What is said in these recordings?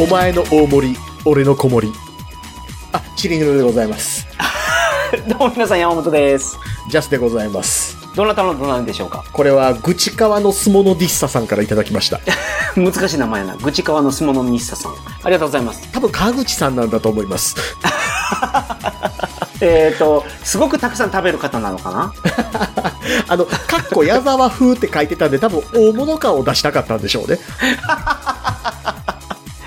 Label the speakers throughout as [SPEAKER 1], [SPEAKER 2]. [SPEAKER 1] お前の大盛り、俺の小盛り。あ、チリヌルでございます。
[SPEAKER 2] どうも皆さん、山本です。
[SPEAKER 1] ジャスでございます。
[SPEAKER 2] どなたのどなんでしょうか
[SPEAKER 1] これは、愚痴川の相撲のディッサさんからいただきました。
[SPEAKER 2] 難しい名前やな。愚痴川の相撲の西田さん。ありがとうございます。
[SPEAKER 1] 多分、川口さんなんだと思います。
[SPEAKER 2] えっ、ー、と、すごくたくさん食べる方なのかな
[SPEAKER 1] あの、かっこ矢沢風って書いてたんで、多分、大物感を出したかったんでしょうね。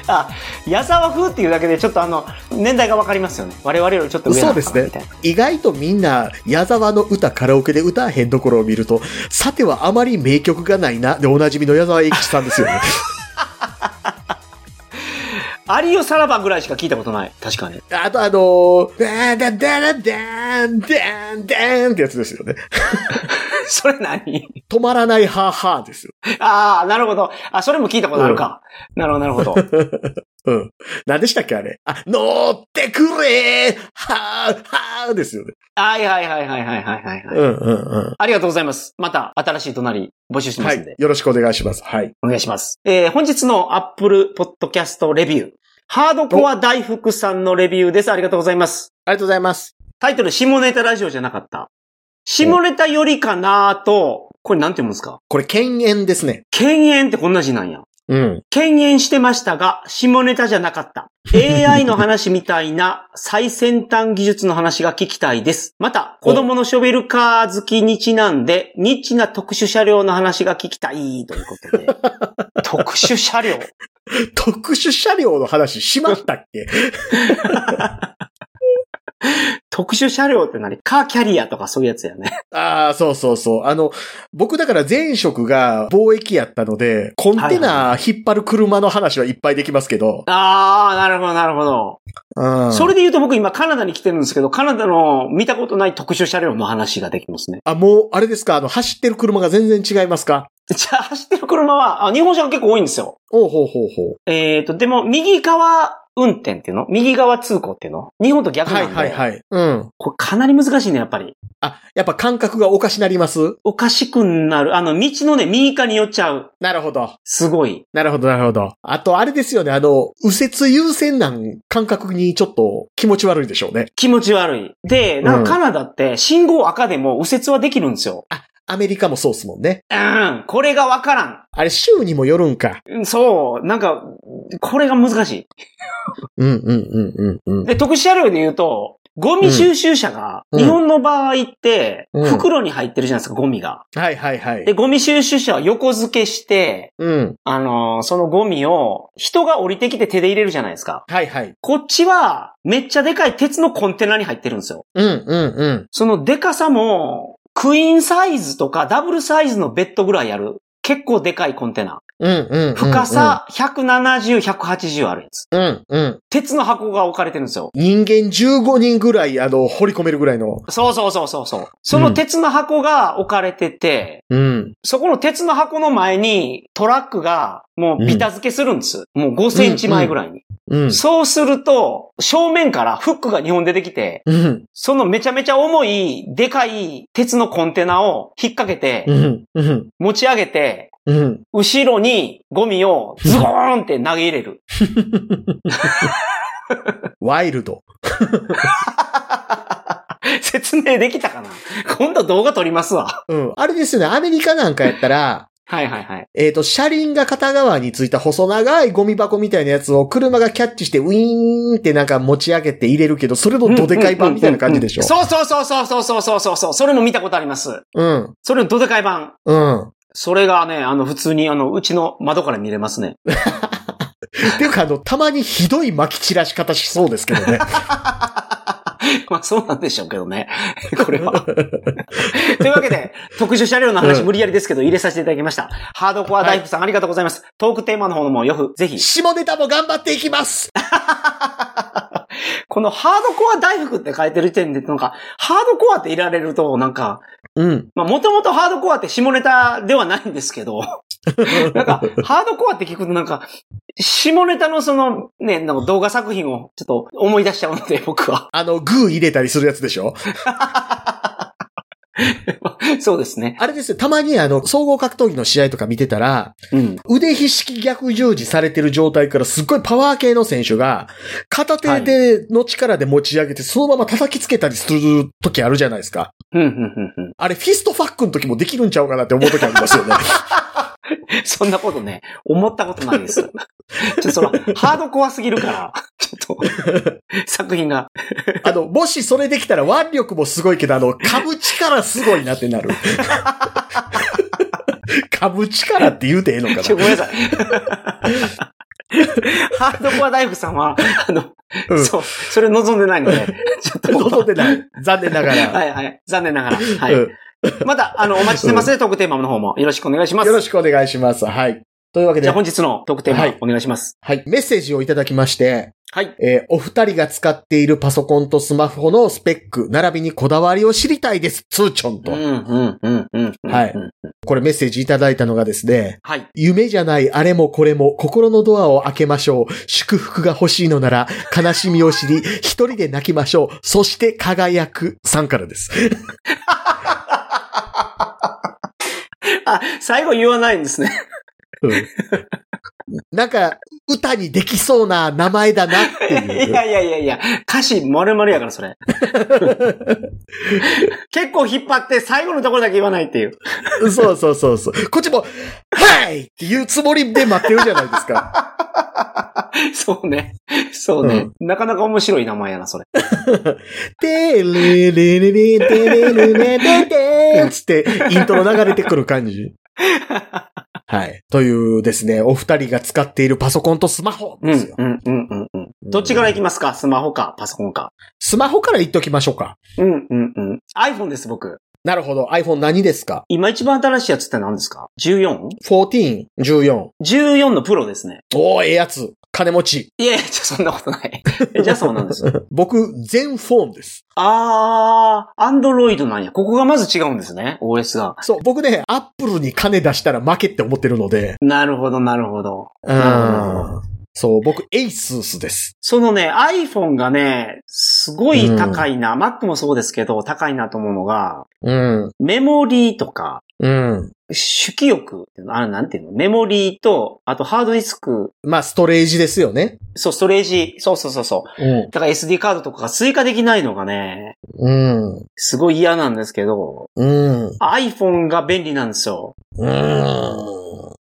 [SPEAKER 2] あ、矢沢風っていうだけで、ちょっとあの、年代がわかりますよね。我々よりちょっと上
[SPEAKER 1] そ
[SPEAKER 2] な
[SPEAKER 1] う
[SPEAKER 2] の
[SPEAKER 1] で
[SPEAKER 2] か
[SPEAKER 1] す
[SPEAKER 2] な
[SPEAKER 1] ね
[SPEAKER 2] みたいな。。
[SPEAKER 1] 意外とみんな、矢沢の歌カラオケで歌わへんところを見ると、さてはあまり名曲がないな、でおなじみの矢沢永吉さんですよ ね。
[SPEAKER 2] アリオサラバぐらいしか聞いたことない。確かに。
[SPEAKER 1] あとあのー、ダーダダダダーン、ダーン、ダーンってやつですよね。
[SPEAKER 2] それ何
[SPEAKER 1] 止まらないハーハーですよ。
[SPEAKER 2] ああ、なるほど。あ、それも聞いたことあるか。なるほど、なるほど。
[SPEAKER 1] うん。何でしたっけあれ。あ、乗ってくれーはー、はーですよね。
[SPEAKER 2] はいはいはいはいはいはい、はい。
[SPEAKER 1] うんうんうん。
[SPEAKER 2] ありがとうございます。また新しい隣募集してま
[SPEAKER 1] は
[SPEAKER 2] すんで
[SPEAKER 1] い。。よろしくお願いします。はい。
[SPEAKER 2] お願いします。えー本日の Apple Podcast レビュー。ハードコア大福さんのレビューです。ありがとうございます。
[SPEAKER 1] ありがとうございます。
[SPEAKER 2] タイトル、下ネタラジオじゃなかった。下ネタよりかなと、これなんて読むんですか
[SPEAKER 1] これ、犬猿ですね。
[SPEAKER 2] 犬猿ってこんな字なんや。
[SPEAKER 1] うん。
[SPEAKER 2] 犬猿してましたが、下ネタじゃなかった。AI の話みたいな最先端技術の話が聞きたいです。また、子供のショベルカー好きにちなんで、ニッチな特殊車両の話が聞きたいということで。特殊車両
[SPEAKER 1] 特殊車両の話しましたっけ
[SPEAKER 2] 特殊車両って何カーキャリアとかそういうやつやね。
[SPEAKER 1] ああ、そうそうそう。あの、僕だから前職が貿易やったので、コンテナ引っ張る車の話はいっぱいできますけど。
[SPEAKER 2] ああ、なるほど、なるほど。
[SPEAKER 1] うん
[SPEAKER 2] それで言うと僕今カナダに来てるんですけど、カナダの見たことない特殊車両の話ができますね。
[SPEAKER 1] あ、もう、あれですかあの、走ってる車が全然違いますか
[SPEAKER 2] じゃあ走ってる車は、あ日本車が結構多いんですよ。
[SPEAKER 1] おうほうほうほう。
[SPEAKER 2] えっ、と、でも右側運転っていうの右側通行っていうの日本と逆
[SPEAKER 1] は
[SPEAKER 2] ないんで、
[SPEAKER 1] はいはい。うん。
[SPEAKER 2] これかなり難しいね、やっぱり。
[SPEAKER 1] あ、やっぱ感覚がおかしなります
[SPEAKER 2] おかしくなる。あの、道のね、右側に寄っちゃう。
[SPEAKER 1] なるほど。
[SPEAKER 2] すごい。
[SPEAKER 1] なるほど、なるほど。あと、あれですよね。あの、右折優先なん感覚にちょっと気持ち悪いでしょうね。
[SPEAKER 2] 気持ち悪い。で、なんかカナダって信号赤でも右折はできるんですよ。
[SPEAKER 1] アメリカもそうっすもんね。
[SPEAKER 2] うん、これがわからん。
[SPEAKER 1] あれ、州にもよるんか。
[SPEAKER 2] うんそう、なんか、これが難し
[SPEAKER 1] うん、うん、うん、うん、うん。
[SPEAKER 2] い。で、特殊車両で言うと、ゴミ収集車が、
[SPEAKER 1] うん
[SPEAKER 2] 日本の場合って、
[SPEAKER 1] うん
[SPEAKER 2] 袋に入ってるじゃないですか、ゴミが。
[SPEAKER 1] はいはいは
[SPEAKER 2] で、
[SPEAKER 1] い。
[SPEAKER 2] ゴミ収集車は横付けして、
[SPEAKER 1] うん。
[SPEAKER 2] あのーそのゴミを、人が降りてきて手で入れるじゃないですか。
[SPEAKER 1] はいはい。
[SPEAKER 2] こっちは、めっちゃでかい鉄のコンテナに入ってるんですよ。
[SPEAKER 1] うん、うん、うん。
[SPEAKER 2] そのでかさも、クイーンサイズとかダブルサイズのベッドぐらいある。結構でかいコンテナ。
[SPEAKER 1] うん、うん。
[SPEAKER 2] 深。さ170、180あるやつ。
[SPEAKER 1] うん、うん。
[SPEAKER 2] 鉄の箱が置かれてるんですよ。
[SPEAKER 1] 人間15人ぐらい、あの、掘り込めるぐらいの。
[SPEAKER 2] そうそうそうそうそう。その鉄の箱が置かれてて、
[SPEAKER 1] うん。
[SPEAKER 2] そこの鉄の箱の前にトラックがもうビタ付けするんです。もう5センチ前ぐらいに。
[SPEAKER 1] うん。
[SPEAKER 2] そうすると、正面からフックが2本出てきて、
[SPEAKER 1] うん。
[SPEAKER 2] そのめちゃめちゃ重い、でかい鉄のコンテナを引っ掛けて
[SPEAKER 1] う、ん。うん。
[SPEAKER 2] 持ち上げて、
[SPEAKER 1] うん。
[SPEAKER 2] 後ろにゴミをズゴーンって投げ入れる。
[SPEAKER 1] ワイルド。
[SPEAKER 2] 説明できたかな今度動画撮りますわ。
[SPEAKER 1] うん。あれですよね、アメリカなんかやったら、
[SPEAKER 2] はいはいはい。
[SPEAKER 1] えっ、と、車輪が片側についた細長いゴミ箱みたいなやつを車がキャッチしてウィーンってなんか持ち上げて入れるけど、それのどでかい版みたいな感じでしょ
[SPEAKER 2] そうそうそうそうそうそうそうそうそう。それも見たことあります。
[SPEAKER 1] うん。
[SPEAKER 2] それのどでかい版。
[SPEAKER 1] うん。っ
[SPEAKER 2] それがね、あの、普通に、あの、うちの窓から見れますね。
[SPEAKER 1] ていうか、あの、たまにひどい巻き散らし方しそうですけど ね。
[SPEAKER 2] まあ、そうなんでしょうけどね。 これは。というわけで、特殊車両の話、
[SPEAKER 1] うん
[SPEAKER 2] 無理やりですけど、入れさせていただきました。ハードコア大福さん、ありがとうございます。トークテーマの方もよく、ぜひ。
[SPEAKER 1] 下ネタも頑張っていきます
[SPEAKER 2] このハードコア大福って書いてる時点で、なんか、ハードコアっていられると、なんか、
[SPEAKER 1] うん。
[SPEAKER 2] まあ、もともとハードコアって下ネタではないんですけど、 なんか、ハードコアって聞くとなんか、下ネタのその、ね、なんか動画作品をちょっと思い出しちゃうので、僕は。
[SPEAKER 1] あの、グー入れたりするやつでしょ
[SPEAKER 2] そうですね。
[SPEAKER 1] あれですよ、たまにあの、総合格闘技の試合とか見てたら、
[SPEAKER 2] うん。
[SPEAKER 1] 腕ひしき逆十字されてる状態からすっごいパワー系の選手が、片手での力で持ち上げて、そのまま叩きつけたりする時あるじゃないですか。
[SPEAKER 2] うん、うん、うん、
[SPEAKER 1] あれ、フィストファックの時もできるんちゃうかなって思う時ありますよ ね。
[SPEAKER 2] うん。そんなことね、思ったことないです。ちょ っとその、ハード怖すぎるから、ちょっと、作品が。
[SPEAKER 1] あの、もしそれできたら腕力もすごいけど、あの、噛む力すごいなってなる。噛む力って言うてええのか
[SPEAKER 2] ちょ、
[SPEAKER 1] な
[SPEAKER 2] ごめんなさい。 ハードコア大福さんは、あの、
[SPEAKER 1] うん
[SPEAKER 2] そう、それ望んでないので、ちょっと。
[SPEAKER 1] 望んでない。残念ながら。
[SPEAKER 2] はいはい。残念ながら。はい。
[SPEAKER 1] うん
[SPEAKER 2] また、あの、お待ちしてますね、トークテーマの方も。よろしくお願いします。
[SPEAKER 1] よろしくお願いします。はい。というわけ
[SPEAKER 2] じ
[SPEAKER 1] で、
[SPEAKER 2] ゃあ本日のトークテー
[SPEAKER 1] はい
[SPEAKER 2] マ、お願いします。
[SPEAKER 1] はい。メッセージをいただきまして、
[SPEAKER 2] はい。
[SPEAKER 1] えーお二人が使っているパソコンとスマホのスペック、並びにこだわりを知りたいです。ツーチョン
[SPEAKER 2] うん、
[SPEAKER 1] と。
[SPEAKER 2] うん、うん、うん。
[SPEAKER 1] はい
[SPEAKER 2] うん。
[SPEAKER 1] これメッセージいただいたのがですね、
[SPEAKER 2] はい。
[SPEAKER 1] 夢じゃないあれもこれも心のドアを開けましょう。祝福が欲しいのなら悲しみを知り、一人で泣きましょう。そして輝くさんからです。
[SPEAKER 2] あ、最後言わないんですね。
[SPEAKER 1] うんなんか、歌にできそうな名前だなって
[SPEAKER 2] い
[SPEAKER 1] いう。
[SPEAKER 2] やいやいやいや、歌詞丸々やから、それ。 結構引っ張って、最後のところだけ言わないっていう。
[SPEAKER 1] そうそうそうそう。こっちも、はいっていうつもりで待ってるじゃないですか。
[SPEAKER 2] そうね。そうね。なかなか面白い名前やな、それ。
[SPEAKER 1] てれれれれ、てれれれれれ、つって、イントロ流れてくる感じ。はい。というですね、お二人が使っているパソコンとスマホ
[SPEAKER 2] うん、
[SPEAKER 1] で
[SPEAKER 2] う
[SPEAKER 1] すよ。
[SPEAKER 2] ん、うん、うんうん。どっちから行きますかスマホか、パソコンか。
[SPEAKER 1] スマホから言っときましょうか。
[SPEAKER 2] うん、うん、うん。iPhone です、僕。
[SPEAKER 1] なるほど。iPhone 何ですか
[SPEAKER 2] 今一番新しいやつって何ですか ?14?14
[SPEAKER 1] ?14、14。
[SPEAKER 2] のプロですね。
[SPEAKER 1] おー、ええやつ。金持ち。
[SPEAKER 2] いやいや、ちょそんなこと ない。じゃあそうなんです。
[SPEAKER 1] 僕、全フォーンです。
[SPEAKER 2] あー、アンドロイドなんや。ここがまず違うんですね。OS が。
[SPEAKER 1] そう、僕ね、アップルに金出したら負けって思ってるので。
[SPEAKER 2] なるほど、なるほど。
[SPEAKER 1] うん。そう、僕、エイスースです。
[SPEAKER 2] そのね、iPhone がね、すごい高いな。Mac もそうですけど、高いなと思うのが、
[SPEAKER 1] うん。
[SPEAKER 2] メモリーとか、
[SPEAKER 1] うん。
[SPEAKER 2] 主記憶っていうのあれなんていうのメモリーと、あとハードディスク、
[SPEAKER 1] まあ、ストレージですよね。
[SPEAKER 2] そう、ストレージ、そうそうそうそう。
[SPEAKER 1] うん。
[SPEAKER 2] だから SD カードとかが追加できないのがね、
[SPEAKER 1] うん。
[SPEAKER 2] すごい嫌なんですけど、
[SPEAKER 1] うん。
[SPEAKER 2] iPhone が便利なんですよ。
[SPEAKER 1] うん。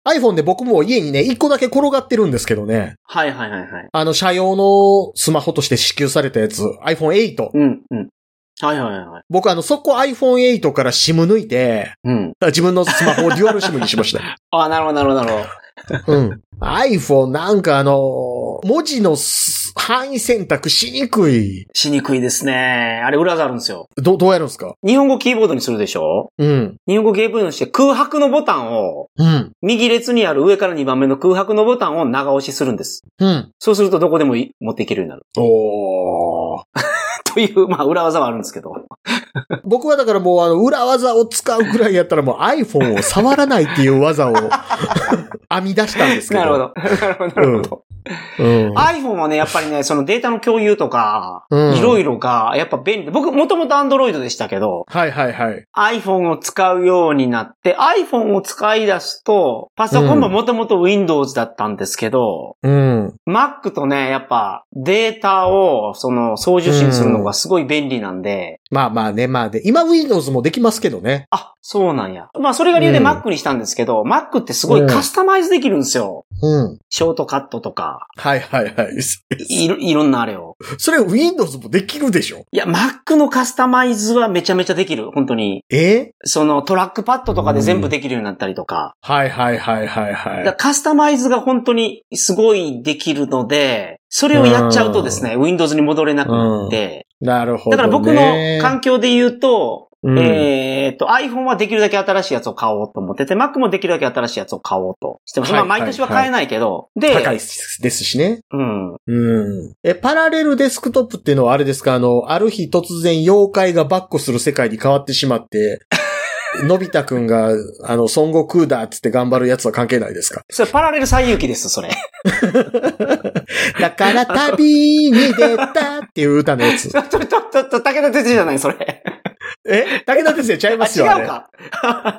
[SPEAKER 1] iPhone で僕も家にね、一個だけ転がってるんですけどね。
[SPEAKER 2] はいはいはいはい。
[SPEAKER 1] あの、社用のスマホとして支給されたやつ、iPhone8。
[SPEAKER 2] うん、うん。はいはいはいはい。
[SPEAKER 1] 僕、あの、そこ iPhone8 から SIM 抜いて、
[SPEAKER 2] うん。
[SPEAKER 1] あ自分のスマホをデュアル SIM にしました。
[SPEAKER 2] あ、なるほどなるほどなるほど。
[SPEAKER 1] うん。iPhone なんかあの、文字のす範囲選択しにくい。
[SPEAKER 2] しにくいですね。あれ裏があるんですよ。
[SPEAKER 1] ど、どうやるんですか
[SPEAKER 2] 日本語キーボードにするでしょ
[SPEAKER 1] うん。
[SPEAKER 2] 日本語ゲームにして空白のボタンを、
[SPEAKER 1] うん。
[SPEAKER 2] 右列にある上から2番目の空白のボタンを長押しするんです。
[SPEAKER 1] うん。
[SPEAKER 2] そうするとどこでもい持っていけるようになる。
[SPEAKER 1] おー。
[SPEAKER 2] という、まあ、裏技はあるんですけど。
[SPEAKER 1] 僕はだからもうあの、裏技を使うくらいやったらもう iPhone を触らないっていう技を 編み出したんですけど。
[SPEAKER 2] なるほど。なるほど、なるほど。
[SPEAKER 1] うん。
[SPEAKER 2] iPhone はね、やっぱりね、そのデータの共有とか、
[SPEAKER 1] うん
[SPEAKER 2] いろいろが、やっぱ便利。僕、もともと Android でしたけど、
[SPEAKER 1] はいはいはい。
[SPEAKER 2] iPhone を使うようになって、iPhone を使い出すと、パソコンももともと Windows だったんですけど、
[SPEAKER 1] うん。
[SPEAKER 2] Mac とね、やっぱデータを、その、送受信するのがすごい便利なんで、
[SPEAKER 1] まあまあね、まあね。今 Windows もできますけどね。
[SPEAKER 2] あ、そうなんや。まあ、それが理由で
[SPEAKER 1] うん
[SPEAKER 2] Mac にしたんですけど、Mac ってすご
[SPEAKER 1] う
[SPEAKER 2] い
[SPEAKER 1] ん
[SPEAKER 2] カスタマイズできるんですよ。
[SPEAKER 1] うん。
[SPEAKER 2] ショートカットとか、
[SPEAKER 1] はいはいはい。
[SPEAKER 2] いろ、いろんなあれを。
[SPEAKER 1] それ Windows もできるでしょ
[SPEAKER 2] いや、Mac のカスタマイズはめちゃめちゃできる。本当に。
[SPEAKER 1] え
[SPEAKER 2] そのトラックパッドとかで全部できるようになったりとか。
[SPEAKER 1] はいはいはいはいは
[SPEAKER 2] だ
[SPEAKER 1] い
[SPEAKER 2] から。カスタマイズが本当にすごいできるので、それをやっちゃうとですね、Windows に戻れなくなって。
[SPEAKER 1] なるほど、
[SPEAKER 2] だ
[SPEAKER 1] ね。
[SPEAKER 2] から僕の環境で言うと、
[SPEAKER 1] うん
[SPEAKER 2] えっと、iPhone はできるだけ新しいやつを買おうと思ってて、Mac もできるだけ新しいやつを買おうとしてます。
[SPEAKER 1] はい
[SPEAKER 2] まあ、毎年は買えないけど、で、
[SPEAKER 1] 高いですしね。
[SPEAKER 2] うん。
[SPEAKER 1] うん。え、パラレルデスクトップっていうのはあれですかあの、ある日突然妖怪がバッコする世界に変わってしま って、のび太くんが、あの、孫悟空だっつって頑張るやつは関係ないですか
[SPEAKER 2] それパラレル最有機です、それ。
[SPEAKER 1] だから旅に出たっていう歌のやつ。
[SPEAKER 2] ちょっと、ちょっと、武田鉄矢じゃない、それ。
[SPEAKER 1] え武田鉄矢ちゃい
[SPEAKER 2] あ、
[SPEAKER 1] ます
[SPEAKER 2] 違
[SPEAKER 1] よ。あれ
[SPEAKER 2] うか。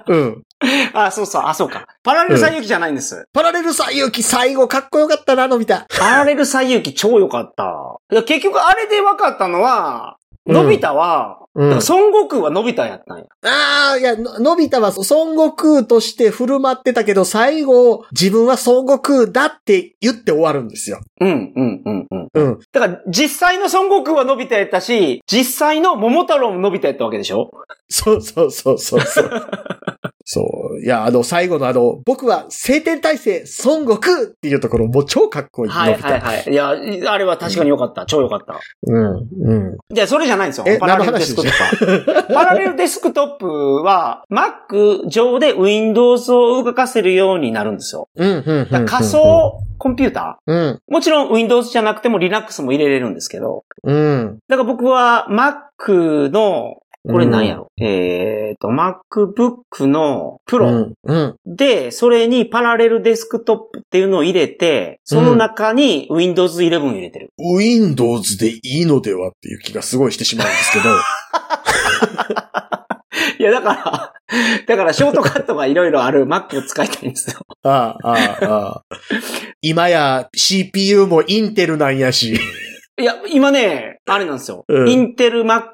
[SPEAKER 1] うん。
[SPEAKER 2] あ、そうそう、あ、そうか。パラレル最遊記じゃないんです。
[SPEAKER 1] パラレル最遊記最後かっこよかったな、のび太。
[SPEAKER 2] パラレル最遊記超良かった。いや結局あれで分かったのは、
[SPEAKER 1] うん
[SPEAKER 2] のび太は、
[SPEAKER 1] うん
[SPEAKER 2] だから孫悟空はのび太やったんや。
[SPEAKER 1] ああ、いや、ののび太は孫悟空として振る舞ってたけど、最後、自分は孫悟空だって言って終わるんですよ。
[SPEAKER 2] うん、うん、うん、うん。
[SPEAKER 1] うん。
[SPEAKER 2] だから、実際の孫悟空はのび太やったし、実際の桃太郎ものび太やったわけでしょ
[SPEAKER 1] そうそうそうそう そう。そう。いや、あの、最後のあの、僕は聖天体制、孫悟空っていうところ、もう超かっこいい。
[SPEAKER 2] はい
[SPEAKER 1] のび太
[SPEAKER 2] はいはい。いや、あれは確かに良かった。超良かった。
[SPEAKER 1] うん、うん。
[SPEAKER 2] いや、それじゃないんですよ。
[SPEAKER 1] え
[SPEAKER 2] パラレルデスクトップは。パラレルデスクトップは、Mac 上で Windows を動かせるようになるんですよ。
[SPEAKER 1] うん、うん、うん。
[SPEAKER 2] だから仮想コンピュータ
[SPEAKER 1] うん、
[SPEAKER 2] ーもちろん Windows じゃなくても Linux も入れれるんですけど。
[SPEAKER 1] うん。
[SPEAKER 2] だから僕は Mac の、これなんやろ、えっと、MacBook の
[SPEAKER 1] プ
[SPEAKER 2] Pro
[SPEAKER 1] うん、
[SPEAKER 2] で、それにパラレルデスクトップっていうのを入れて、その中に Windows 11入れてる。
[SPEAKER 1] うん。Windows でいいのではっていう気がすごいしてしまうんです けど。
[SPEAKER 2] いや、だから、だからショートカットがいろいろある Mac を使いたいんですよ。
[SPEAKER 1] ああ、ああ、ああ。今や CPU もインテルなんやし。
[SPEAKER 2] いや、今ね、あれなんですよ。
[SPEAKER 1] うん
[SPEAKER 2] インテル Mac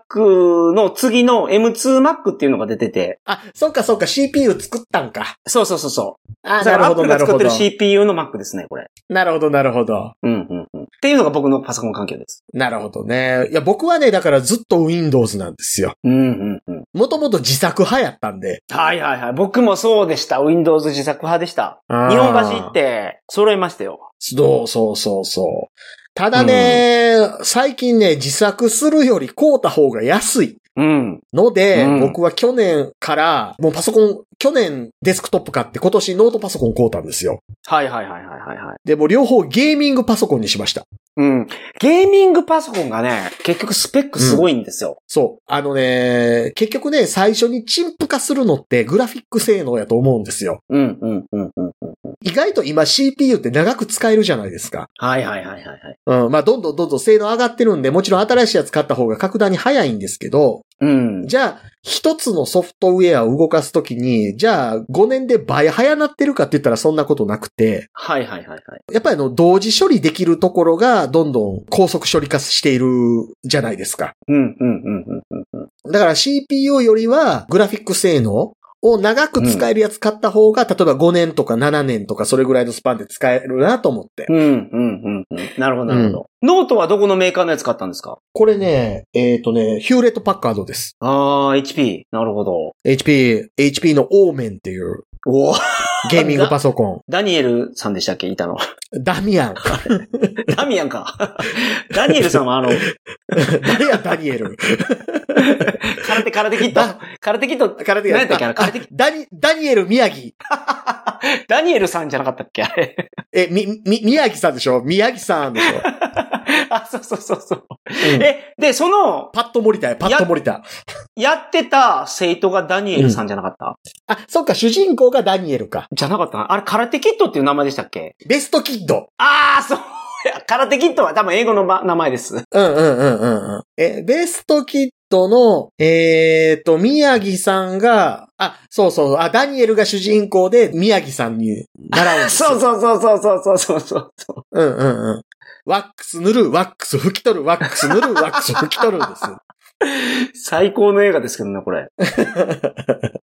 [SPEAKER 2] の次の M2Mac っていうのが出てて。
[SPEAKER 1] あ、そっかそっか CPU 作ったんか。
[SPEAKER 2] そうそうそうそう。
[SPEAKER 1] あ
[SPEAKER 2] だから Apple が作って
[SPEAKER 1] な
[SPEAKER 2] る CPU の Mac ですね、これ。
[SPEAKER 1] るほど、なるほど。
[SPEAKER 2] うんうんうん。っていうのが僕のパソコン環境です。
[SPEAKER 1] なるほどね。いや、僕はね、だからずっと Windows なんですよ。
[SPEAKER 2] うんうんうん。
[SPEAKER 1] もともと自作派やったんで。
[SPEAKER 2] はいはいはい。僕もそうでした。Windows 自作派でした。
[SPEAKER 1] 日
[SPEAKER 2] 日本橋行っ。て揃えましたよ。
[SPEAKER 1] そうそうそうそう。ただね、最近ね、自作するより買うた方が安い。
[SPEAKER 2] うん。
[SPEAKER 1] ので、
[SPEAKER 2] うん
[SPEAKER 1] 僕は去年から、もうパソコン、去年デスクトップ買って今年ノートパソコン買うたんですよ。
[SPEAKER 2] はいはいはいはいはいはい。
[SPEAKER 1] で、もう両方ゲーミングパソコンにしました。
[SPEAKER 2] うん。ゲーミングパソコンがね、結局スペックすごいんですよ。
[SPEAKER 1] そう。あのね、結局ね、最初に陳腐化するのってグラフィック性能やと思うんですよ。
[SPEAKER 2] うん、うん、うん、うん。うん
[SPEAKER 1] 意外と今 CPU って長く使えるじゃないですか。
[SPEAKER 2] はいはいはいはいはい。
[SPEAKER 1] うん。まあ、どんどんどんどん性能上がってるんで、もちろん新しいやつ買った方が格段に早いんですけど、
[SPEAKER 2] うん。
[SPEAKER 1] じゃあ、一つのソフトウェアを動かすときに、じゃあ、5年で倍早なってるかって言ったらそんなことなくて、
[SPEAKER 2] はいはいはいはい。
[SPEAKER 1] やっぱりあの、同時処理できるところが、どんどん高速処理化しているじゃないですか。
[SPEAKER 2] うん、うん、うん、うんうん。
[SPEAKER 1] だから CPU よりはグラフィック性能を長く使えるやつ買った方が、例えば5年とか7年とかそれぐらいのスパンで使えるなと思って。
[SPEAKER 2] うん、うん、うん。なるほど、なるほど。ノートはどこのメーカーのやつ買ったんですか
[SPEAKER 1] これね、えっ、とね、ヒューレット・パッカードです。
[SPEAKER 2] あー、HP。なるほど。
[SPEAKER 1] HP、HP のオーメンっていう
[SPEAKER 2] お
[SPEAKER 1] ゲーミングパソコン。
[SPEAKER 2] ダニエルさんでしたっけいたの。
[SPEAKER 1] ダミアン。
[SPEAKER 2] ダミアンか。ダニエルさんはあの、
[SPEAKER 1] 誰や、ダニエル。
[SPEAKER 2] 空手、空手キット。空手キット。
[SPEAKER 1] 空手や
[SPEAKER 2] 何や
[SPEAKER 1] っ
[SPEAKER 2] った
[SPEAKER 1] た
[SPEAKER 2] っけあれ空手キッ
[SPEAKER 1] ダニ、ダニエル宮城。
[SPEAKER 2] ト。ダニエルさんじゃなかったっけあれ。
[SPEAKER 1] え、み、み、宮城さんでしょ宮城さんでし ょ、
[SPEAKER 2] あ、そうそうそうそう。
[SPEAKER 1] うん
[SPEAKER 2] え、で、その、
[SPEAKER 1] パッと森田や、パッと森田。
[SPEAKER 2] やってた生徒がダニエルさんじゃなかった、
[SPEAKER 1] あ、そっか、主人公がダニエルか。
[SPEAKER 2] じゃなかったなあれ、空手キットっていう名前でしたっけ
[SPEAKER 1] ベストキッド。
[SPEAKER 2] ああ、そうや。空手キットは多分英語のま名前です。
[SPEAKER 1] うんうんうんうんうん。え、ベストキッドの、えーと、宮城さんが、あ、そうそう、あ、ダニエルが主人公で宮城さんに習うん ですよ。
[SPEAKER 2] そうそうそうそうそうそうそうそ
[SPEAKER 1] う
[SPEAKER 2] う。
[SPEAKER 1] んうんうん。ワックス塗る、ワックス拭き取る、ワックス塗る、ワックス拭き取るんですよ。
[SPEAKER 2] 最高の映画ですけどね、これ。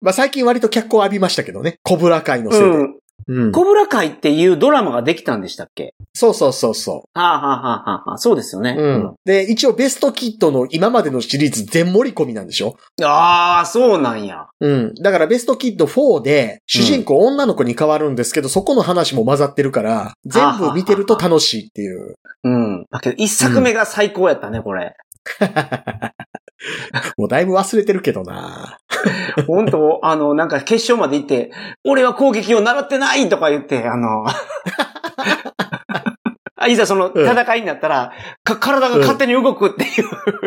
[SPEAKER 1] まあ最近割と脚光浴びましたけどね。コブラ界のせいうで。
[SPEAKER 2] ん。
[SPEAKER 1] うん
[SPEAKER 2] コブラ会っていうドラマができたんでしたっけ
[SPEAKER 1] そうそうそうそ
[SPEAKER 2] はあ、はあはあはあはあ、そうですよね。
[SPEAKER 1] う。うん。で、一応ベストキッドの今までのシリーズ全盛り込みなんでしょ
[SPEAKER 2] ああ、そうなんや。
[SPEAKER 1] うん。だからベストキッド4で、主人公女の子に変わるんですけど、そこの話も混ざってるから、全部見てると楽しいっていう。
[SPEAKER 2] うん。だけど、一作目が最高やったね、これ。
[SPEAKER 1] もうだいぶ忘れてるけどな
[SPEAKER 2] 本 当あの、なんか決勝まで行って、俺は攻撃を習ってないとか言って、あの、 あいざその
[SPEAKER 1] うん
[SPEAKER 2] 戦いになったら、か体が勝手に動くってい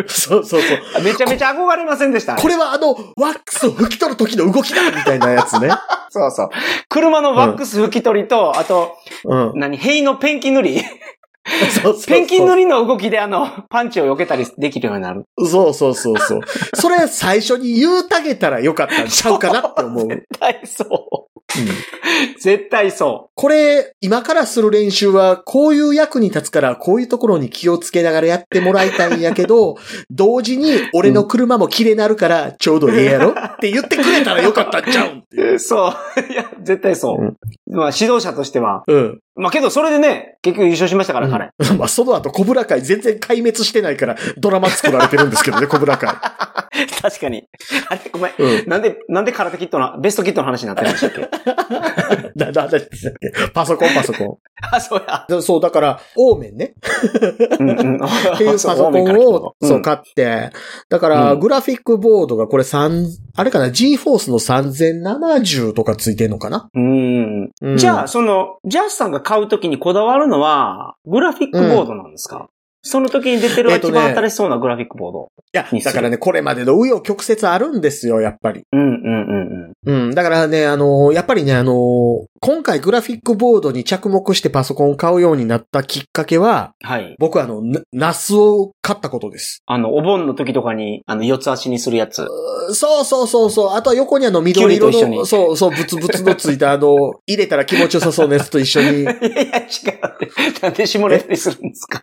[SPEAKER 2] う、
[SPEAKER 1] そうそうそう。
[SPEAKER 2] めちゃめちゃ憧れませんでした。
[SPEAKER 1] これはあの、ワックスを拭き取る時の動きだみたいなやつね。
[SPEAKER 2] そうそう。車のワックス拭き取りと、あと、
[SPEAKER 1] うん。
[SPEAKER 2] 何、塀のペンキ塗り。
[SPEAKER 1] そうそうそう
[SPEAKER 2] ペンキ塗りの動きであの、パンチを避けたりできるようになる。
[SPEAKER 1] そうそうそうそう。それ最初に言うたげたらよかったんちゃうかなって思う。
[SPEAKER 2] 絶対そう。絶対そ
[SPEAKER 1] これ、今からする練習は、こういう役に立つから、こういうところに気をつけながらやってもらいたいんやけ ど、同時に、俺の車も綺麗なるから、ちょうどええやろって言ってくれたらよかったんちゃうんっていう
[SPEAKER 2] う。。そう。いや、絶対そう。まあ、指導者としては。
[SPEAKER 1] うん。
[SPEAKER 2] まあ、けど、それでね、結局優勝しましたから、彼。
[SPEAKER 1] まあ、その後、小倉会全然壊滅してないから、ドラマ作られてるんですけどね、小倉会。
[SPEAKER 2] 確かに。あれ、ごめん。
[SPEAKER 1] うん。
[SPEAKER 2] なんで、なんで空手キットの、ベストキットの話になってるんでした っけ
[SPEAKER 1] な、な、な、パソコン、パソコ
[SPEAKER 2] あ、そうや。
[SPEAKER 1] ン。そう、だから、オーメンね。
[SPEAKER 2] うん うん。
[SPEAKER 1] っていうパソコンを、そう、買って。だから、
[SPEAKER 2] うん
[SPEAKER 1] グラフィックボードがこれ3、あれかな、GForce の3070とかついてんのかな、
[SPEAKER 2] うん。
[SPEAKER 1] うん
[SPEAKER 2] じゃあ、その、ジャスさんが買うときにこだわるのは、グラフィックボードなんですか、その時に出てる
[SPEAKER 1] えっと
[SPEAKER 2] 一
[SPEAKER 1] ね
[SPEAKER 2] 番新しそうなグラフィックボード。
[SPEAKER 1] いや、だからね、これまでの紆余曲折あるんですよ、やっぱり。
[SPEAKER 2] うんうんうんうん。
[SPEAKER 1] うん。だからね、あのーやっぱりね、あのー今回グラフィックボードに着目してパソコンを買うようになったきっかけは、
[SPEAKER 2] はい。
[SPEAKER 1] 僕はあの、なナスを買ったことです。
[SPEAKER 2] あの、お盆の時とかに、あの、四つ足にするやつ。
[SPEAKER 1] そうそうそうそう。あとは横にあの緑色
[SPEAKER 2] キュウリと一緒
[SPEAKER 1] の、
[SPEAKER 2] に
[SPEAKER 1] そうそう、ブツブツのついたあの、入れたら気持ちよさそうなやつと一緒に
[SPEAKER 2] いやいや、違う。なんで下ネタにするんですか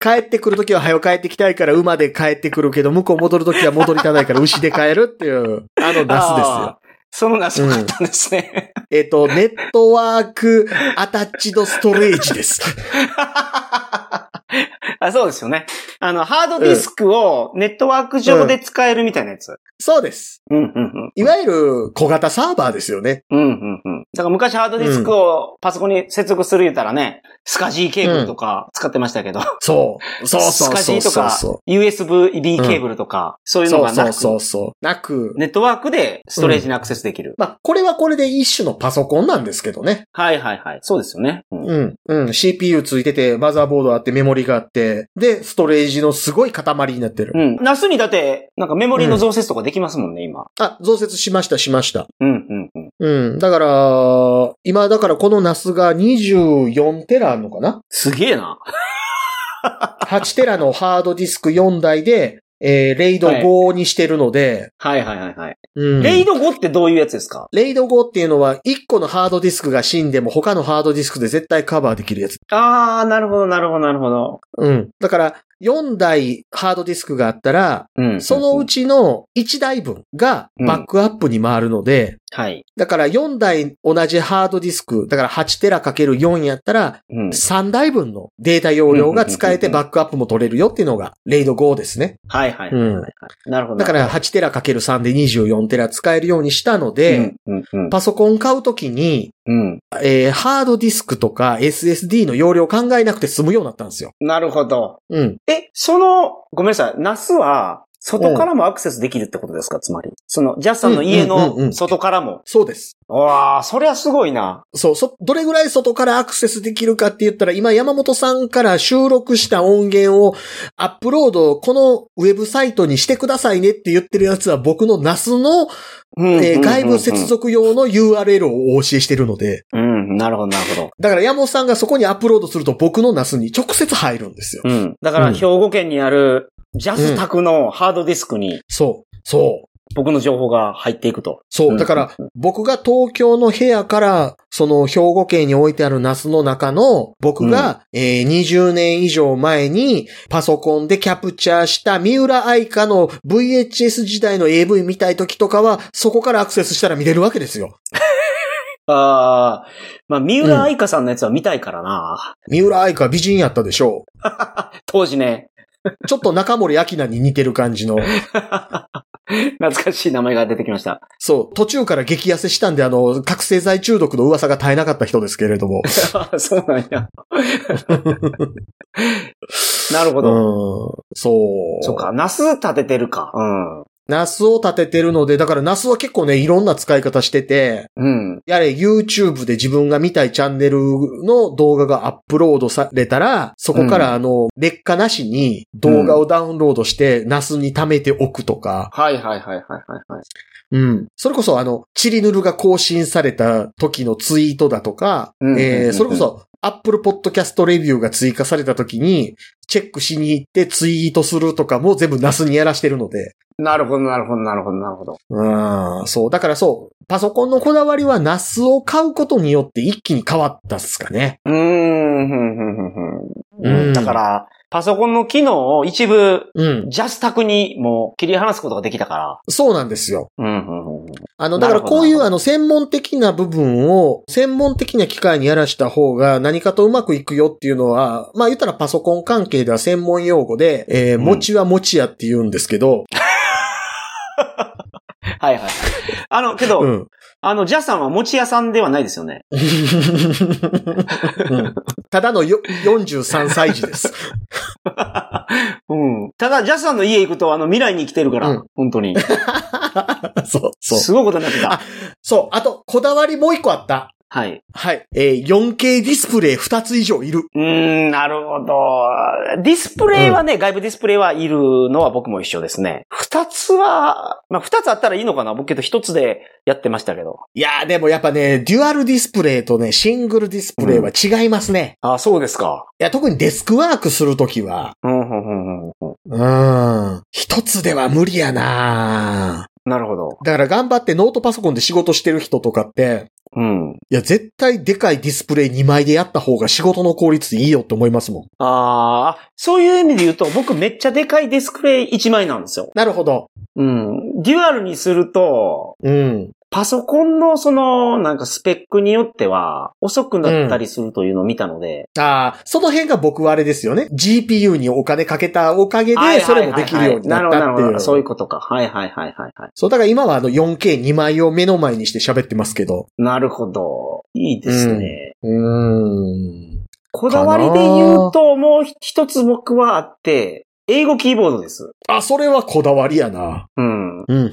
[SPEAKER 1] 帰ってくるときは早く帰ってきたいから馬で帰ってくるけど、向こう戻るときは戻りたないから牛で帰るっていう、あのナスですよ。
[SPEAKER 2] あーそのナスだったんですね。
[SPEAKER 1] えっ、と、ネットワークアタッチドストレージです。
[SPEAKER 2] あそうですよね。あの、ハードディスクをネットワーク上で使えるみたいなやつ。
[SPEAKER 1] そうです。
[SPEAKER 2] うんうん
[SPEAKER 1] いわゆる小型サーバーですよね。
[SPEAKER 2] うん。うんうんうん。だから昔ハードディスクをパソコンに接続する言うたらね、スカジーケーブルとか使ってましたけど。
[SPEAKER 1] そう。そう
[SPEAKER 2] ス
[SPEAKER 1] そう
[SPEAKER 2] カジ
[SPEAKER 1] そう
[SPEAKER 2] ーと
[SPEAKER 1] そう
[SPEAKER 2] か
[SPEAKER 1] そう。、
[SPEAKER 2] USB ケーブルとか、そういうの
[SPEAKER 1] そう
[SPEAKER 2] がな
[SPEAKER 1] そう
[SPEAKER 2] く、
[SPEAKER 1] そうそう。なく。
[SPEAKER 2] ネットワークでストレージにアクセスできる。
[SPEAKER 1] まあ、これはこれで一種のパソコンなんですけどね。
[SPEAKER 2] はいはいはい。そうですよね。うん
[SPEAKER 1] うん、うん。CPU ついてて、マザーボードあって、メモリがあって、で、ストレージのすごい塊になってる。
[SPEAKER 2] うん。ナスにだって、なんかメモリの増設とかできますもんね、今。
[SPEAKER 1] あ、増設しました、しました。
[SPEAKER 2] うんうんうん。
[SPEAKER 1] うん。だから、今、だからこのナスが24テラあるのかな
[SPEAKER 2] すげえな。
[SPEAKER 1] ?8 テラのハードディスク4台で、えーレイド
[SPEAKER 2] はい
[SPEAKER 1] 5にしてるので、
[SPEAKER 2] はいはいはいはい。
[SPEAKER 1] うん
[SPEAKER 2] レイド5ってどういうやつですか
[SPEAKER 1] レイド5っていうのは、1個のハードディスクが死んでも他のハードディスクで絶対カバーできるやつ。
[SPEAKER 2] あー、なるほどなるほどなるほど。
[SPEAKER 1] うん。だから、4台ハードディスクがあったら、
[SPEAKER 2] うん。
[SPEAKER 1] そのうちの1台分がバックアップに回るので、
[SPEAKER 2] はい。
[SPEAKER 1] だから4台同じハードディスク、だから8テラ ×4 やったら、
[SPEAKER 2] うん。
[SPEAKER 1] 3台分のデータ容量が使えてバックアップも取れるよっていうのが、レイド5ですね。
[SPEAKER 2] はいはいはいはいはい。なるほど。
[SPEAKER 1] だから8テラ ×3 で24テラ使えるようにしたの
[SPEAKER 2] う
[SPEAKER 1] で
[SPEAKER 2] ん、うんうん。
[SPEAKER 1] パソコン買うときに、
[SPEAKER 2] うん。
[SPEAKER 1] えーハードディスクとか SSD の容量考えなくて済むようになったんですよ。
[SPEAKER 2] なるほど。
[SPEAKER 1] うん。
[SPEAKER 2] え、その、ごめんなさい、ナスは、外からもアクセスできるってことですか、つまり。その、ジャスさんの家
[SPEAKER 1] うんうんうん
[SPEAKER 2] の外からも。
[SPEAKER 1] そうです。
[SPEAKER 2] わあ、そりゃすごいな。
[SPEAKER 1] そう、そ、どれぐらい外からアクセスできるかって言ったら、今山本さんから収録した音源をアップロード、このウェブサイトにしてくださいねって言ってるやつは僕の NAS の、
[SPEAKER 2] うん
[SPEAKER 1] えー外部接。続用の URL をお教えしてるので、
[SPEAKER 2] うんうんうん、うんなるほど、なるほど。
[SPEAKER 1] だから山本さんがそこにアップロードすると僕の NAS に直接入るんですよ。
[SPEAKER 2] うん。だから、
[SPEAKER 1] うん
[SPEAKER 2] 兵庫県にある、ジャスタクのハードディスクに、
[SPEAKER 1] そう。そう。
[SPEAKER 2] 僕の情報が入っていくと。
[SPEAKER 1] そうう。
[SPEAKER 2] ん
[SPEAKER 1] だから、僕が東京の部屋から、その兵庫県に置いてあるナスの中の、僕が、えー20年以上前にパソコンでキャプチャーした三浦愛花の VHS 時代の AV 見たい時とかは、そこからアクセスしたら見れるわけですよ。
[SPEAKER 2] ああ、まあ、三浦愛花さんのやつは見たいからな。
[SPEAKER 1] 三浦愛花美人やったでしょ
[SPEAKER 2] 当時ね、
[SPEAKER 1] う。ちょっと中森明菜に似てる感じの。
[SPEAKER 2] 懐かしい名前が出てきました。
[SPEAKER 1] そう。途中から激痩せしたんで、あの、覚醒剤中毒の噂が絶えなかった人ですけれども。
[SPEAKER 2] あーそうなん や。なるほ
[SPEAKER 1] う
[SPEAKER 2] ど。
[SPEAKER 1] ん。そう。
[SPEAKER 2] そうか、ナス立ててるか。うん。
[SPEAKER 1] ナスを立ててるので、だからナスは結構ね、いろんな使い方してて、
[SPEAKER 2] うん。
[SPEAKER 1] やれ YouTube で自分が見たいチャンネルの動画がアップロードされたら、そこからあの、劣化なしに動画をダウンロードして、ナスに貯めておくとか、
[SPEAKER 2] はいはいはいはいはいはい。
[SPEAKER 1] うん。それこそあの、チリヌルが更新された時のツイートだとか、
[SPEAKER 2] うんうんうんうん
[SPEAKER 1] えーそれこそ、 Apple Podcast レビューが追加された時に、チェックしに行ってツイートするとかも全部ナスにやらしてるので。
[SPEAKER 2] なるほど、なるほど、なるほど、なるほど。
[SPEAKER 1] うん、そう。だからそう。パソコンのこだわりはナスを買うことによって一気に変わったっすかね。
[SPEAKER 2] うーん、ふんふんふんふん
[SPEAKER 1] うん
[SPEAKER 2] だから、パソコンの機能を一部、
[SPEAKER 1] うん。
[SPEAKER 2] ジャスタクにもう切り離すことができたか
[SPEAKER 1] そうなんですよ。
[SPEAKER 2] ら。うん、うん、うん。
[SPEAKER 1] あの、だ
[SPEAKER 2] な
[SPEAKER 1] か
[SPEAKER 2] る
[SPEAKER 1] ら
[SPEAKER 2] ほど
[SPEAKER 1] こうい
[SPEAKER 2] なるほ
[SPEAKER 1] う
[SPEAKER 2] ど
[SPEAKER 1] あの、専門的な部分を、専門的な機械にやらした方が何かとうまくいくよっていうのは、まあ言ったらパソコン関係では専門用語で、えー、
[SPEAKER 2] うん
[SPEAKER 1] 持ちは持ちやって言うんですけど、
[SPEAKER 2] はいはい。あの、けど、
[SPEAKER 1] うん。
[SPEAKER 2] あの、ジャスさんは餅屋さんではないですよね。
[SPEAKER 1] うんただのよ43歳児です。
[SPEAKER 2] うん。ただ、ジャスさんの家行くと、あの、未来に生きてるから、
[SPEAKER 1] うん
[SPEAKER 2] 本当に。
[SPEAKER 1] そう、そう。
[SPEAKER 2] すごいことになって
[SPEAKER 1] あ
[SPEAKER 2] た。
[SPEAKER 1] そう、あと、こだわりもう一個あった。
[SPEAKER 2] はい。
[SPEAKER 1] はい。えー 4K ディスプレイ2つ以上いる。
[SPEAKER 2] うーん、なるほど。ディスプレイはね、外部ディスプレイはいるのは僕も一緒ですね。二つは、まあ、二つあったらいいのかな僕けど一つでやってましたけど。
[SPEAKER 1] いやー、でもやっぱね、デュアルディスプレイとね、シングルディスプレイは違いますね。
[SPEAKER 2] あ、そうですか。
[SPEAKER 1] いや、特にデスクワークするときは、
[SPEAKER 2] うん、うん、うん、う
[SPEAKER 1] う
[SPEAKER 2] ん。
[SPEAKER 1] ーん、一つでは無理やな
[SPEAKER 2] なるほど。
[SPEAKER 1] だから頑張ってノートパソコンで仕事してる人とかって、
[SPEAKER 2] うん。
[SPEAKER 1] いや、絶対でかいディスプレイ2枚でやった方が仕事の効率いいよって思いますもん。
[SPEAKER 2] ああ、そういう意味で言うと、僕めっちゃでかいディスプレイ一枚なんですよ。
[SPEAKER 1] なるほど。
[SPEAKER 2] うん。デュアルにすると、
[SPEAKER 1] うん。
[SPEAKER 2] パソコンのその、なんかスペックによっては、遅くなったりするというのを見たので、
[SPEAKER 1] ああ、その辺が僕はあれですよね。GPU にお金かけたおかげで、それもできるようになっ
[SPEAKER 2] るほど
[SPEAKER 1] たっ
[SPEAKER 2] な
[SPEAKER 1] て
[SPEAKER 2] るほ
[SPEAKER 1] いう
[SPEAKER 2] ど。。そういうことか。はいはいはいはい。はい
[SPEAKER 1] そう、だから今はあの 4K2 枚を目の前にして喋ってますけど。
[SPEAKER 2] なるほど。いいですね。
[SPEAKER 1] うーん。
[SPEAKER 2] こだわりで言うと、もう一つ僕はあって、英語キーボードです。
[SPEAKER 1] あ、それはこだわりやな。
[SPEAKER 2] うん。
[SPEAKER 1] うん、うん、う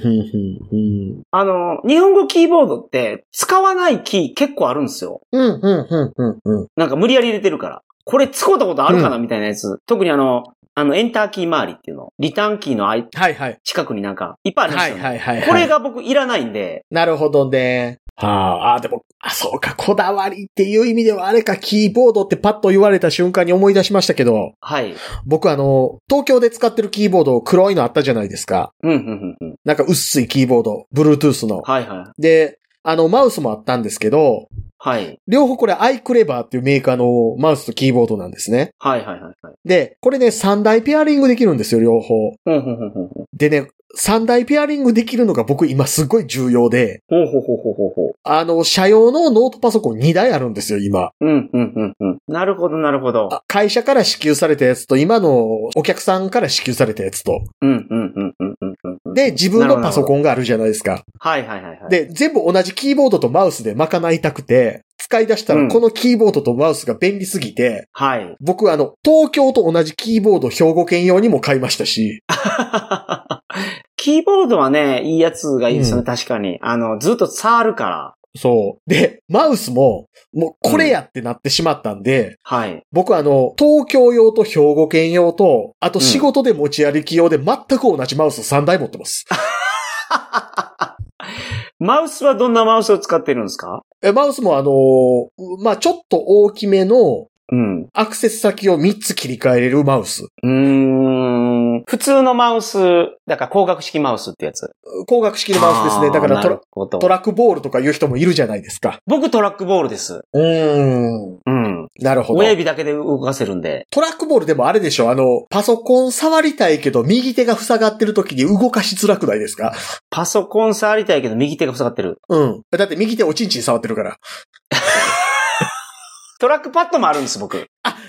[SPEAKER 1] ん、
[SPEAKER 2] あの、日本語キーボードって、使わないキー結構あるんですよ。
[SPEAKER 1] うん。うん、うん、うん、うん、うん。
[SPEAKER 2] なんか無理やり入れてるから。これ使ったことあるかなみたいなやつ。特にあの、あの、エンターキー周りっていうの。リターンキーのあい
[SPEAKER 1] はいはい。
[SPEAKER 2] 近くになんか、いっぱいありま
[SPEAKER 1] はい
[SPEAKER 2] すよね。
[SPEAKER 1] はいはい、はい。
[SPEAKER 2] これ。が僕いらないんで、
[SPEAKER 1] なるほどね。はあ、あ、でも、あ、そうか、こだわりっていう意味ではあれか、キーボードってパッと言われた瞬間に思い出しましたけど、
[SPEAKER 2] はい。
[SPEAKER 1] 僕あの、東京で使ってるキーボード黒いのあったじゃないですか。
[SPEAKER 2] うん、うん、うん。うん
[SPEAKER 1] なんか薄いキーボード、Bluetooth の。
[SPEAKER 2] はい、はい。
[SPEAKER 1] で、あの、マウスもあったんですけど、
[SPEAKER 2] はい。
[SPEAKER 1] 両方これ iClever っていうメーカーのマウスとキーボードなんですね。
[SPEAKER 2] はい、はい、はい。はい
[SPEAKER 1] で、これね、3台ペアリングできるんですよ、両方。
[SPEAKER 2] ほうほうほうほうほう。
[SPEAKER 1] でね、3台ペアリングできるのが僕今すごい重要で、
[SPEAKER 2] ほうほうほうほうほうほう。
[SPEAKER 1] あの、社用のノートパソコン2台あるんですよ、今。
[SPEAKER 2] うん、うん、うん、うん。なるほど、なるほど。
[SPEAKER 1] あ会社から支給されたやつと、今のお客さんから支給されたやつと。
[SPEAKER 2] うん、うん、うん、うん、うんうんうん。
[SPEAKER 1] で、自分
[SPEAKER 2] なる
[SPEAKER 1] の
[SPEAKER 2] ほど
[SPEAKER 1] パソコンがあるじゃないですか。
[SPEAKER 2] はい、はい、はい。はい、
[SPEAKER 1] で、全部同じキーボードとマウスで賄いたくて、使い出した
[SPEAKER 2] う
[SPEAKER 1] ら
[SPEAKER 2] ん
[SPEAKER 1] このキーボードとマウスが便利すぎて、
[SPEAKER 2] はい。
[SPEAKER 1] 僕あの、東京と同じキーボード兵庫県用にも買いましたし、
[SPEAKER 2] キーボードはね、いいやつがいいですよね、
[SPEAKER 1] うん
[SPEAKER 2] 確かに。あの、ずっと触るから。
[SPEAKER 1] そう。で、マウスも、もうこれやってなってしまったんで、
[SPEAKER 2] はい。
[SPEAKER 1] 僕あの、東京用と兵庫県用と、あと仕事で持ち歩き用で全く同じマウス3台持ってます。
[SPEAKER 2] マウスはどんなマウスを使ってるんですか
[SPEAKER 1] えマウスもあのーまあちょっと大きめの、
[SPEAKER 2] うん。う
[SPEAKER 1] アクセス先を3つ切り替えれるマウス。
[SPEAKER 2] ーん。普通のマウス、だから光学式マウスってやつ。
[SPEAKER 1] 光学式のマウスですね。だからト
[SPEAKER 2] あー
[SPEAKER 1] ラ
[SPEAKER 2] なるほど
[SPEAKER 1] トラックボールとかいう人もいるじゃないですか。
[SPEAKER 2] 僕トラックボールです。
[SPEAKER 1] うーん。
[SPEAKER 2] うん。
[SPEAKER 1] なるほど。
[SPEAKER 2] 親指だけで動かせるんで。
[SPEAKER 1] トラックボールでもあれでしょあの、パソコン触りたいけど、右手が塞がってる時に動かしづらくないですか
[SPEAKER 2] パソコン触りたいけど右手が塞がってる。
[SPEAKER 1] うん。だって右手おちんちん触ってるから。
[SPEAKER 2] トラックパッドもあるんです、僕。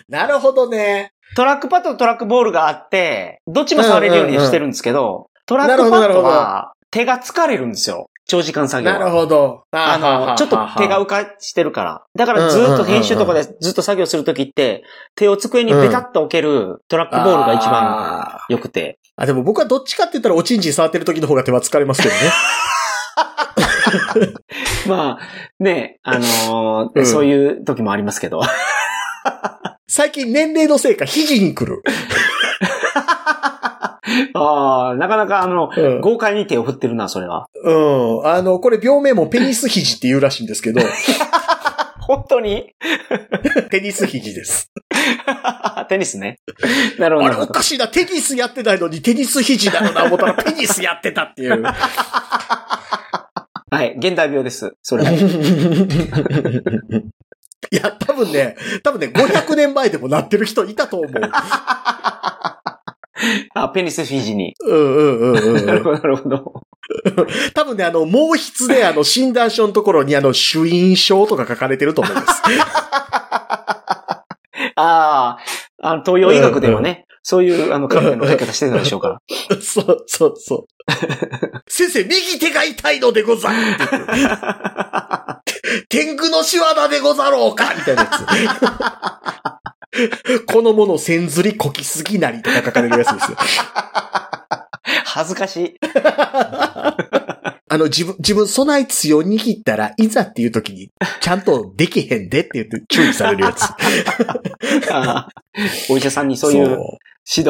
[SPEAKER 1] なるほどね。
[SPEAKER 2] トラックパッドとトラックボールがあって、どっちも触れるようにしてるんですけど、トラックパ
[SPEAKER 1] な
[SPEAKER 2] ッ
[SPEAKER 1] るほ
[SPEAKER 2] ド
[SPEAKER 1] どな
[SPEAKER 2] は手が疲れるんですよ。長時間作業は。
[SPEAKER 1] なるほど。
[SPEAKER 2] あの、ちょっと手が
[SPEAKER 1] う
[SPEAKER 2] 浮かしてるから。だからずっと編集とかでずっと作業するときって、手を机にベタッと置けるトラックボールが一番
[SPEAKER 1] あ
[SPEAKER 2] 良くて。
[SPEAKER 1] ーあ、でも僕はどっちかって言ったらおちんちん触ってる時の方が手は疲れます けどね。
[SPEAKER 2] まあ、ね、あのー
[SPEAKER 1] うん
[SPEAKER 2] そういう時もありますけど。
[SPEAKER 1] 最近年齢のせいか肘に来る。
[SPEAKER 2] ああ、なかなかあの、
[SPEAKER 1] うん
[SPEAKER 2] 豪快に手を振ってるな、それは。
[SPEAKER 1] うん。あの、これ病名もペニス肘って言うらしいんですけど、
[SPEAKER 2] 本当に
[SPEAKER 1] テニスひじです。
[SPEAKER 2] テニスね。なるほ
[SPEAKER 1] あれ
[SPEAKER 2] どなるほ
[SPEAKER 1] お
[SPEAKER 2] ど。
[SPEAKER 1] かしいな。テニスやってないのにテニスひじだろうな思ったらペニスやってたって いう。
[SPEAKER 2] はい。現代病です。それは。
[SPEAKER 1] いや、多分ね、多分ね、500年前でもなってる人いたと思う。
[SPEAKER 2] あ、ペニスフィジに。
[SPEAKER 1] うんうんうんうん
[SPEAKER 2] な
[SPEAKER 1] う
[SPEAKER 2] る
[SPEAKER 1] ん。
[SPEAKER 2] ほど、なるほど。
[SPEAKER 1] 多分ね、あの、毛筆で、あの、診断書のところに、あの、主因症とか書かれてると思います。
[SPEAKER 2] ああ、あの、東洋医学ではね、そういう、あの、カルテの書き方してたでしょうから。
[SPEAKER 1] そうそうそう。先生、右手が痛いのでござるって言 って。天狗の仕業でござろうかみたいなやつ。このもの千ずりこきすぎなりとか書かれるやつですよ。
[SPEAKER 2] 恥ずかしい。
[SPEAKER 1] あの、自分、自分備え強握ったら、いざっていう時に、ちゃんとできへんでって言って注意されるや つ。
[SPEAKER 2] あーお医者さんにそういう指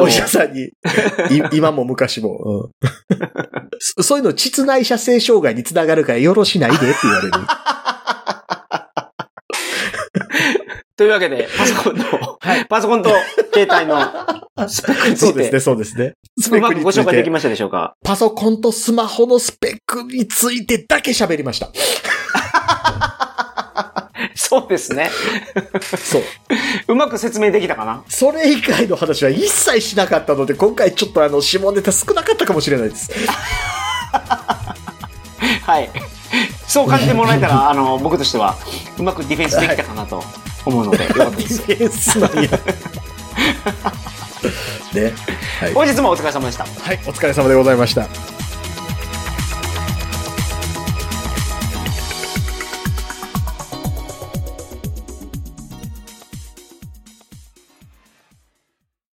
[SPEAKER 2] 導
[SPEAKER 1] お医者
[SPEAKER 2] を。
[SPEAKER 1] さんに、い今も昔 も、うんそそういうの、膣内射精障害につながるからよろしないでって言 われる。
[SPEAKER 2] というわけで、パソコンと、パソコンと携帯のスペックにつ
[SPEAKER 1] そう
[SPEAKER 2] い
[SPEAKER 1] です
[SPEAKER 2] て
[SPEAKER 1] ね、、そうですね。ス
[SPEAKER 2] うまくご
[SPEAKER 1] つ
[SPEAKER 2] 紹
[SPEAKER 1] い
[SPEAKER 2] 介で
[SPEAKER 1] て
[SPEAKER 2] き、ましたでしょうか
[SPEAKER 1] パソコンとスマホのスペックについてだけ喋りました。
[SPEAKER 2] そうですね。
[SPEAKER 1] そう。
[SPEAKER 2] うまく説明できたかな
[SPEAKER 1] それ以外の話は一切しなかったので、今回ちょっとあの、指紋ネタ少なかったかもしれないです。
[SPEAKER 2] はい。そう感じてもらえたら、あの、僕としては、うまくディフェンスできたかなと思うので、よかっ
[SPEAKER 1] デ
[SPEAKER 2] たです。
[SPEAKER 1] ィフェンス なんや。ね。はい。
[SPEAKER 2] 本日もお疲れ様でした。
[SPEAKER 1] はい、お疲れ様でございました。